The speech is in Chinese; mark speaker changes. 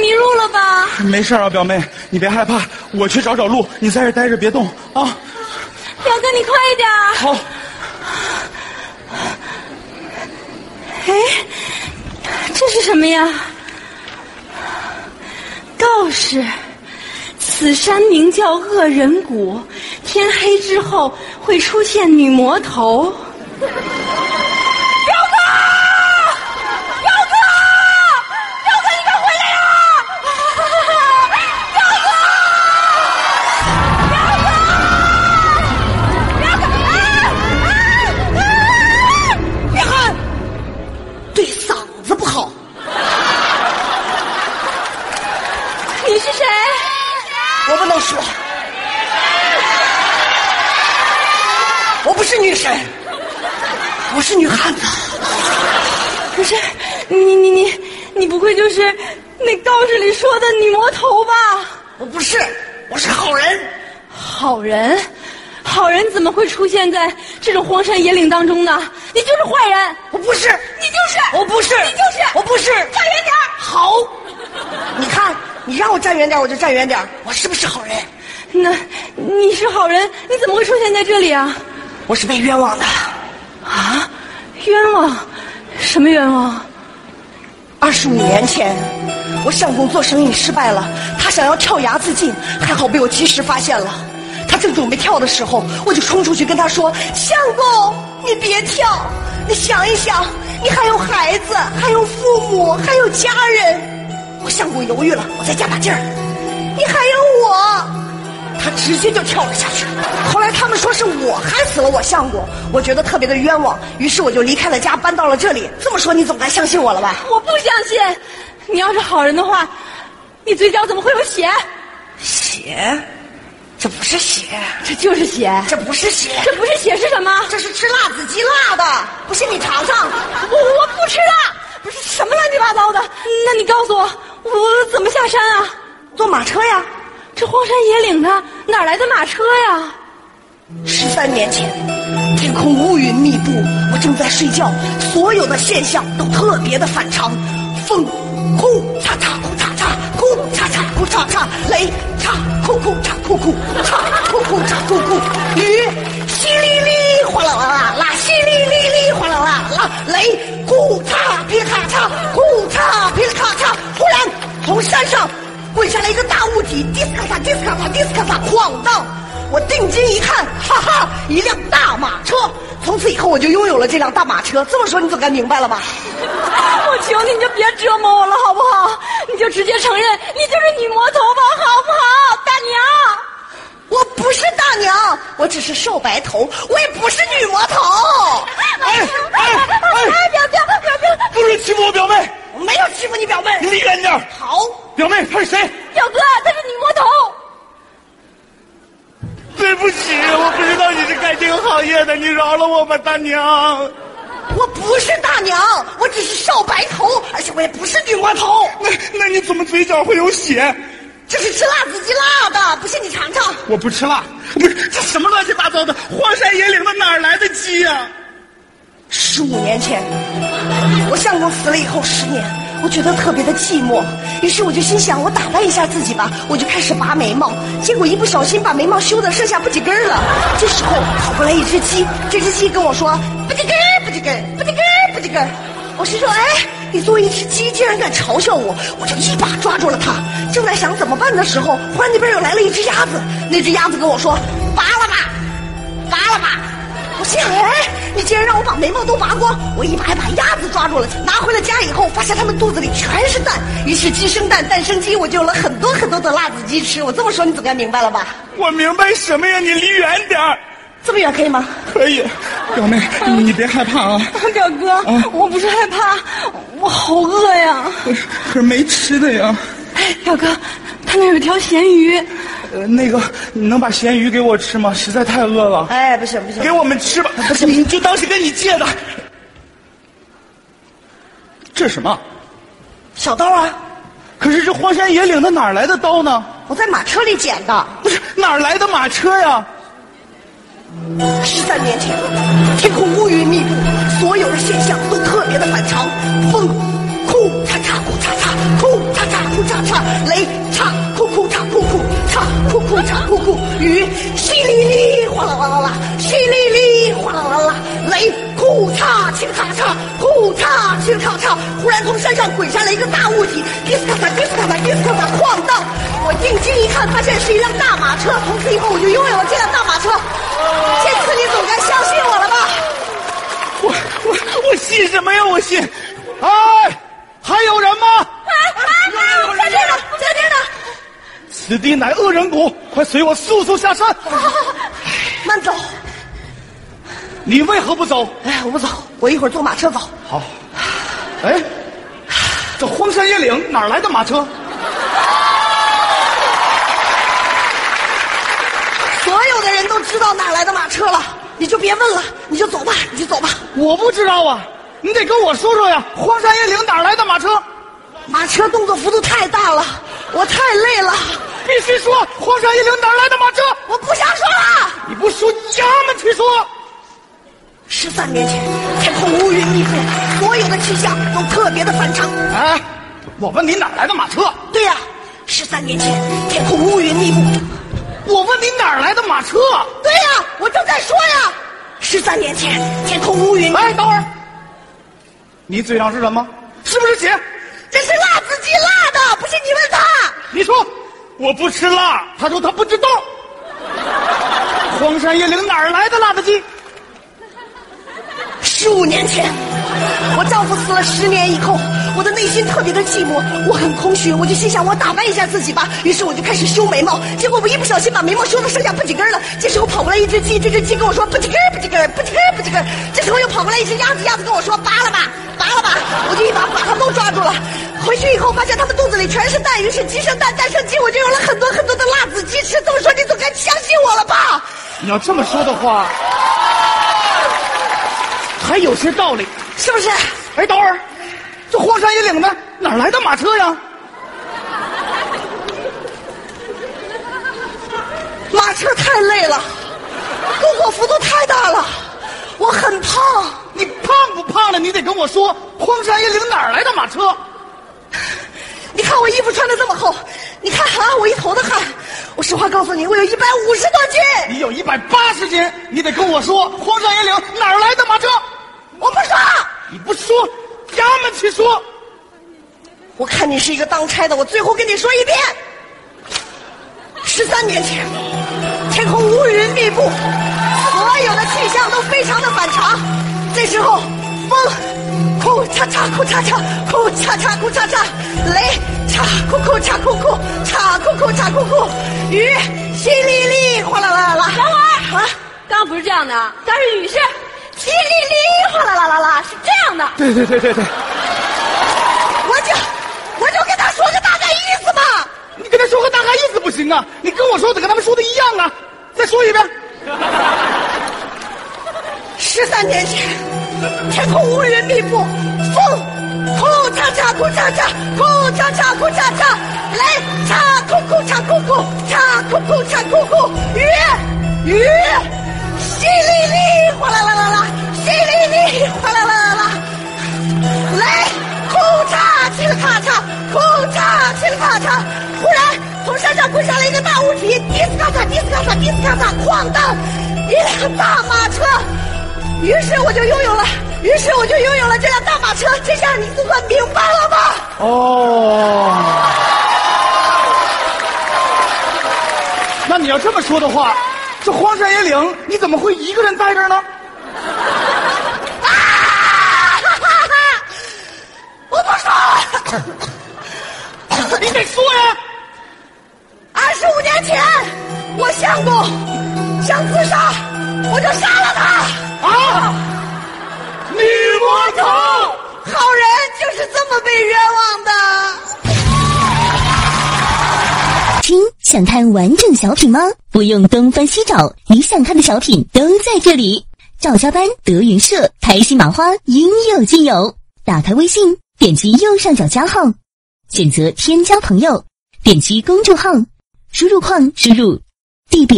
Speaker 1: 迷路了吧？
Speaker 2: 没事啊，表妹，你别害怕，我去找找路，你在这待着别动啊。
Speaker 1: 表哥，你快一点！
Speaker 2: 好，
Speaker 1: 哎，这是什么呀？告示：此山名叫恶人谷，天黑之后会出现女魔头。
Speaker 3: 对嗓子不好。
Speaker 1: 你是谁？
Speaker 3: 我不能说，我不是女神，我是女汉子。
Speaker 1: 不是，你你你，你不会就是那告示里说的女魔头吧？
Speaker 3: 我不是，我是好人。
Speaker 1: 好人，好人怎么会出现在这种荒山野岭当中呢？你就是坏人，
Speaker 3: 我不是，
Speaker 1: 你就是，
Speaker 3: 我不是，
Speaker 1: 你就是，
Speaker 3: 我不是。
Speaker 1: 站远点儿
Speaker 3: 好，你看，你让我站远点，我就站远点。我是不是好人？
Speaker 1: 那你是好人，你怎么会出现在这里啊？
Speaker 3: 我是被冤枉的。
Speaker 1: 啊，冤枉？什么冤枉？
Speaker 3: 二十五年前，我上工做生意失败了，他想要跳崖自尽，还好被我及时发现了。他正准备跳的时候，我就冲出去跟他说：“相公，你别跳，你想一想，你还有孩子，还有父母，还有家人。”我相公犹豫了，我再加把劲儿，你还有我。他直接就跳了下去。后来他们说是我害死了我相公，我觉得特别的冤枉，于是我就离开了家，搬到了这里。这么说你总该相信我了吧？
Speaker 1: 我不相信，你要是好人的话，你嘴角怎么会有血？
Speaker 3: 血？这不是血，
Speaker 1: 这就是血，
Speaker 3: 这不是血，
Speaker 1: 这不是血是什么？
Speaker 3: 这是吃辣子鸡辣的，不信你尝尝。
Speaker 1: 我我不吃辣，不是什么乱七八糟的。那你告诉我，我怎么下山啊？
Speaker 3: 坐马车呀，
Speaker 1: 这荒山野岭的，哪来的马车呀？
Speaker 3: 十三年前，天空乌云密布，我正在睡觉，所有的现象都特别的反常，风，呼嚓嚓呼嚓嚓呼嚓嚓呼嚓嚓，雷，嚓哭哭嚓哭哭嚓哭哭嚓哭哭，雨，淅沥沥哗啦啦啦啦，淅沥沥沥哗啦啦啦，雷，呼嚓噼里咔嚓，呼嚓噼里咔嚓，忽然从山上滚下来一个大物体，迪斯科塔迪斯科塔迪斯科塔晃荡。我定睛一看，哈哈，一辆大马车。从此以后，我就拥有了这辆大马车。这么说，你总该明白了吧？
Speaker 1: 我求你，你就别折磨我了，好不好？你就直接承认你就是女魔头吧，好不好，大娘？
Speaker 3: 我不是大娘，我只是瘦白头，我也不是女魔头。
Speaker 2: 哎哎哎，
Speaker 1: 哎，表表表表
Speaker 2: 不准欺负我表妹，
Speaker 3: 我没有欺负你表妹。
Speaker 2: 你离远点儿。
Speaker 3: 好，
Speaker 2: 表妹，他是谁？
Speaker 1: 表哥，她是女魔头。
Speaker 2: 对不起，我不知道你是干这个行业的，你饶了我吧，大娘。
Speaker 3: 我不是大娘，我只是瘦白头，而且我也不是女魔头。
Speaker 2: 那那你怎么嘴角会有血？
Speaker 3: 这是吃辣子鸡辣的，不信你尝尝。
Speaker 2: 我不吃辣，不是这什么乱七八糟的，荒山野岭的哪儿来的鸡呀、
Speaker 3: 十五年前，我相公死了以后十年，我觉得特别的寂寞，于是我就心想，我打扮一下自己吧，我就开始拔眉毛，结果一不小心把眉毛修的剩下不几根儿了。这时候跑过来一只鸡，这只鸡跟我说不几根儿，不几根儿，不几根儿，不几根儿。我心说，哎，你作为一只鸡，竟然敢嘲笑我，我就一把抓住了它。正在想怎么办的时候，忽然那边又来了一只鸭子，那只鸭子跟我说拔了吧，拔了吧。我心想，哎，你竟然让我把眉毛都拔光！我一把还把鸭子抓住了，拿回了家以后，发现它们肚子里全是蛋，于是鸡生蛋，蛋生鸡，我就有了很多很多的辣子鸡吃。我这么说，你总该明白了吧？
Speaker 2: 我明白什么呀？你离远点儿。
Speaker 3: 这么远可以吗？
Speaker 2: 可以，表妹，你你别害怕啊。
Speaker 1: 表哥，我不是害怕，我好饿呀。
Speaker 2: 可是可是没吃的呀。
Speaker 1: 哎，表哥，他那有一条咸鱼。
Speaker 2: 呃，那个，你能把咸鱼给我吃吗？实在太饿了。
Speaker 3: 哎，不行不行
Speaker 2: 给，我们吃吧，你就当是跟你借的。这是什么？
Speaker 3: 小刀啊，
Speaker 2: 可是这荒山野岭的哪儿来的刀呢？
Speaker 3: 我在马车里捡的。
Speaker 2: 不是哪儿来的马车呀？
Speaker 3: 十三年前，天空乌云密布，所有的现象都特别的反常。风，呼嚓嚓，呼嚓嚓，呼嚓嚓，呼哭叉叉，雷叉哭哭叉哭哭叉哭哭叉哭哭，雨淅沥沥哗啦啦啦啦，淅沥沥哗啦啦啦，雷哭叉嘁咔嚓，哭叉嘁咔嚓，忽然从山上滚下来一个大物体，迪斯卡塔迪斯卡塔迪斯卡塔晃荡，我定睛一看，发现是一辆大马车，从此以后我就拥有了这辆大马车，这次你总该相信我了吧？
Speaker 2: 我我我信什么呀？我信！哎，还有人吗？
Speaker 3: 在这儿呢，在这儿呢。
Speaker 2: 此地乃恶人谷，快随我速速 下山！
Speaker 3: 慢走，
Speaker 2: 你为何不走？
Speaker 3: 哎，我不走，我一会儿坐马车走。
Speaker 2: 好，哎，这荒山野岭哪儿来的马车？
Speaker 3: 所有的人都知道哪来的马车了，你就别问了，你就走吧，你就走吧。
Speaker 2: 我不知道啊，你得跟我说说呀！荒山野岭哪儿来的马车？
Speaker 3: 马车动作幅度太大了，我太累了，
Speaker 2: 必须说荒山野岭哪儿来的马车！
Speaker 3: 我不想说了。
Speaker 2: 你不说，衙门去说。
Speaker 3: 十三年前，天空乌云密布，所有的气象都特别的反常。
Speaker 2: 哎，我问你哪儿来的马车？
Speaker 3: 对呀、十三年前，天空乌云密布。
Speaker 2: 我问你哪儿来的马车？
Speaker 3: 对呀、我正在说呀。十三年前，天空乌云，
Speaker 2: 哎，等会儿，你嘴上是什么？是不是血？
Speaker 3: 这是辣子鸡辣的，不信你问他。
Speaker 2: 你说我不吃辣，他说他不知道。荒山野岭哪儿来的辣子鸡？
Speaker 3: 十五年前，我丈夫死了十年以后，我的内心特别的寂寞，我很空虚，我就心想我打扮一下自己吧，于是我就开始修眉毛，结果我一不小心把眉毛修的剩下不几根了。这时候跑过来一只鸡，这只鸡跟我说不几根不几根不几根不几根。这时候又跑过来一只鸭子，鸭子跟我说拔了吧拔了吧，我就一把把它们都抓住了。回去以后发现它们肚子里全是蛋，于是鸡生蛋，蛋生鸡，我就有了很多很多的辣子鸡吃。这么说你总该相信我了吧？
Speaker 2: 你要这么说的话，还有些道理。
Speaker 3: 是不是？
Speaker 2: 哎，等会儿，这荒山野岭的哪儿来的马车呀？
Speaker 3: 马车太累了，动作幅度太大了，我很胖。
Speaker 2: 你胖不胖了？你得跟我说，荒山野岭哪儿来的马车？
Speaker 3: 你看我衣服穿的这么厚，你看啊，我一头的汗。我实话告诉你，我有一百五十多斤。
Speaker 2: 你有一百八十斤，你得跟我说，荒山野岭哪儿来的马车？
Speaker 3: 我不说，
Speaker 2: 你不说，衙门去说。
Speaker 3: 我看你是一个当差的，我最后跟你说一遍。十三年前，天空乌云密布，所有的气象都非常的反常。这时候，风，哭嚓嚓哭嚓嚓，哭嚓嚓哭嚓嚓，雷，嚓哭哭嚓哭哭，嚓哭哭嚓哭哭，雨，淅沥沥哗啦啦啦啦。等会儿啊，
Speaker 1: 刚不是这样的，刚是雨是啊
Speaker 3: 淅沥沥哗啦啦啦啦，
Speaker 1: 是这样的。
Speaker 2: 对对对对对，
Speaker 3: 我就我就跟他说个大概意思嘛。
Speaker 2: 你跟他说个大概意思不行啊？你跟我说的跟他们说的一样啊？再说一遍。
Speaker 3: 十三年前，天空乌云密布，风，哭嚓嚓哭嚓嚓，哭嚓嚓哭嚓嚓，雷，嚓哭哭嚓哭哭，嚓哭哭嚓哭哭，雨，雨，淅沥沥，哗啦啦啦啦，淅沥沥，哗啦啦啦啦，雷，哭嚓嘁哩咔嚓，哭嚓嘁哩咔嚓，忽然从山上滚下来一个大物体，迪斯卡塔迪斯卡塔迪斯卡塔，哐当，一辆大马车。于是我就拥有了，于是我就拥有了这辆大马车。这下你总算明白了吧？
Speaker 2: 哦，那你要这么说的话，这荒山野岭你怎么会一个人在这儿呢？
Speaker 3: 啊哈哈哈！我不说了。
Speaker 2: 你得说呀！
Speaker 3: 二十五年前，我相公想自杀，我就杀了他。
Speaker 2: 啊，女魔头。
Speaker 3: 哦好人就是这么被冤枉的。
Speaker 4: 听想看完整小品吗？不用东翻西找，你想看的小品都在这里。赵家班、德云社、开心麻花应有尽有。打开微信，点击右上角加号，选择添加朋友，点击公众号，输入框输入 dbn。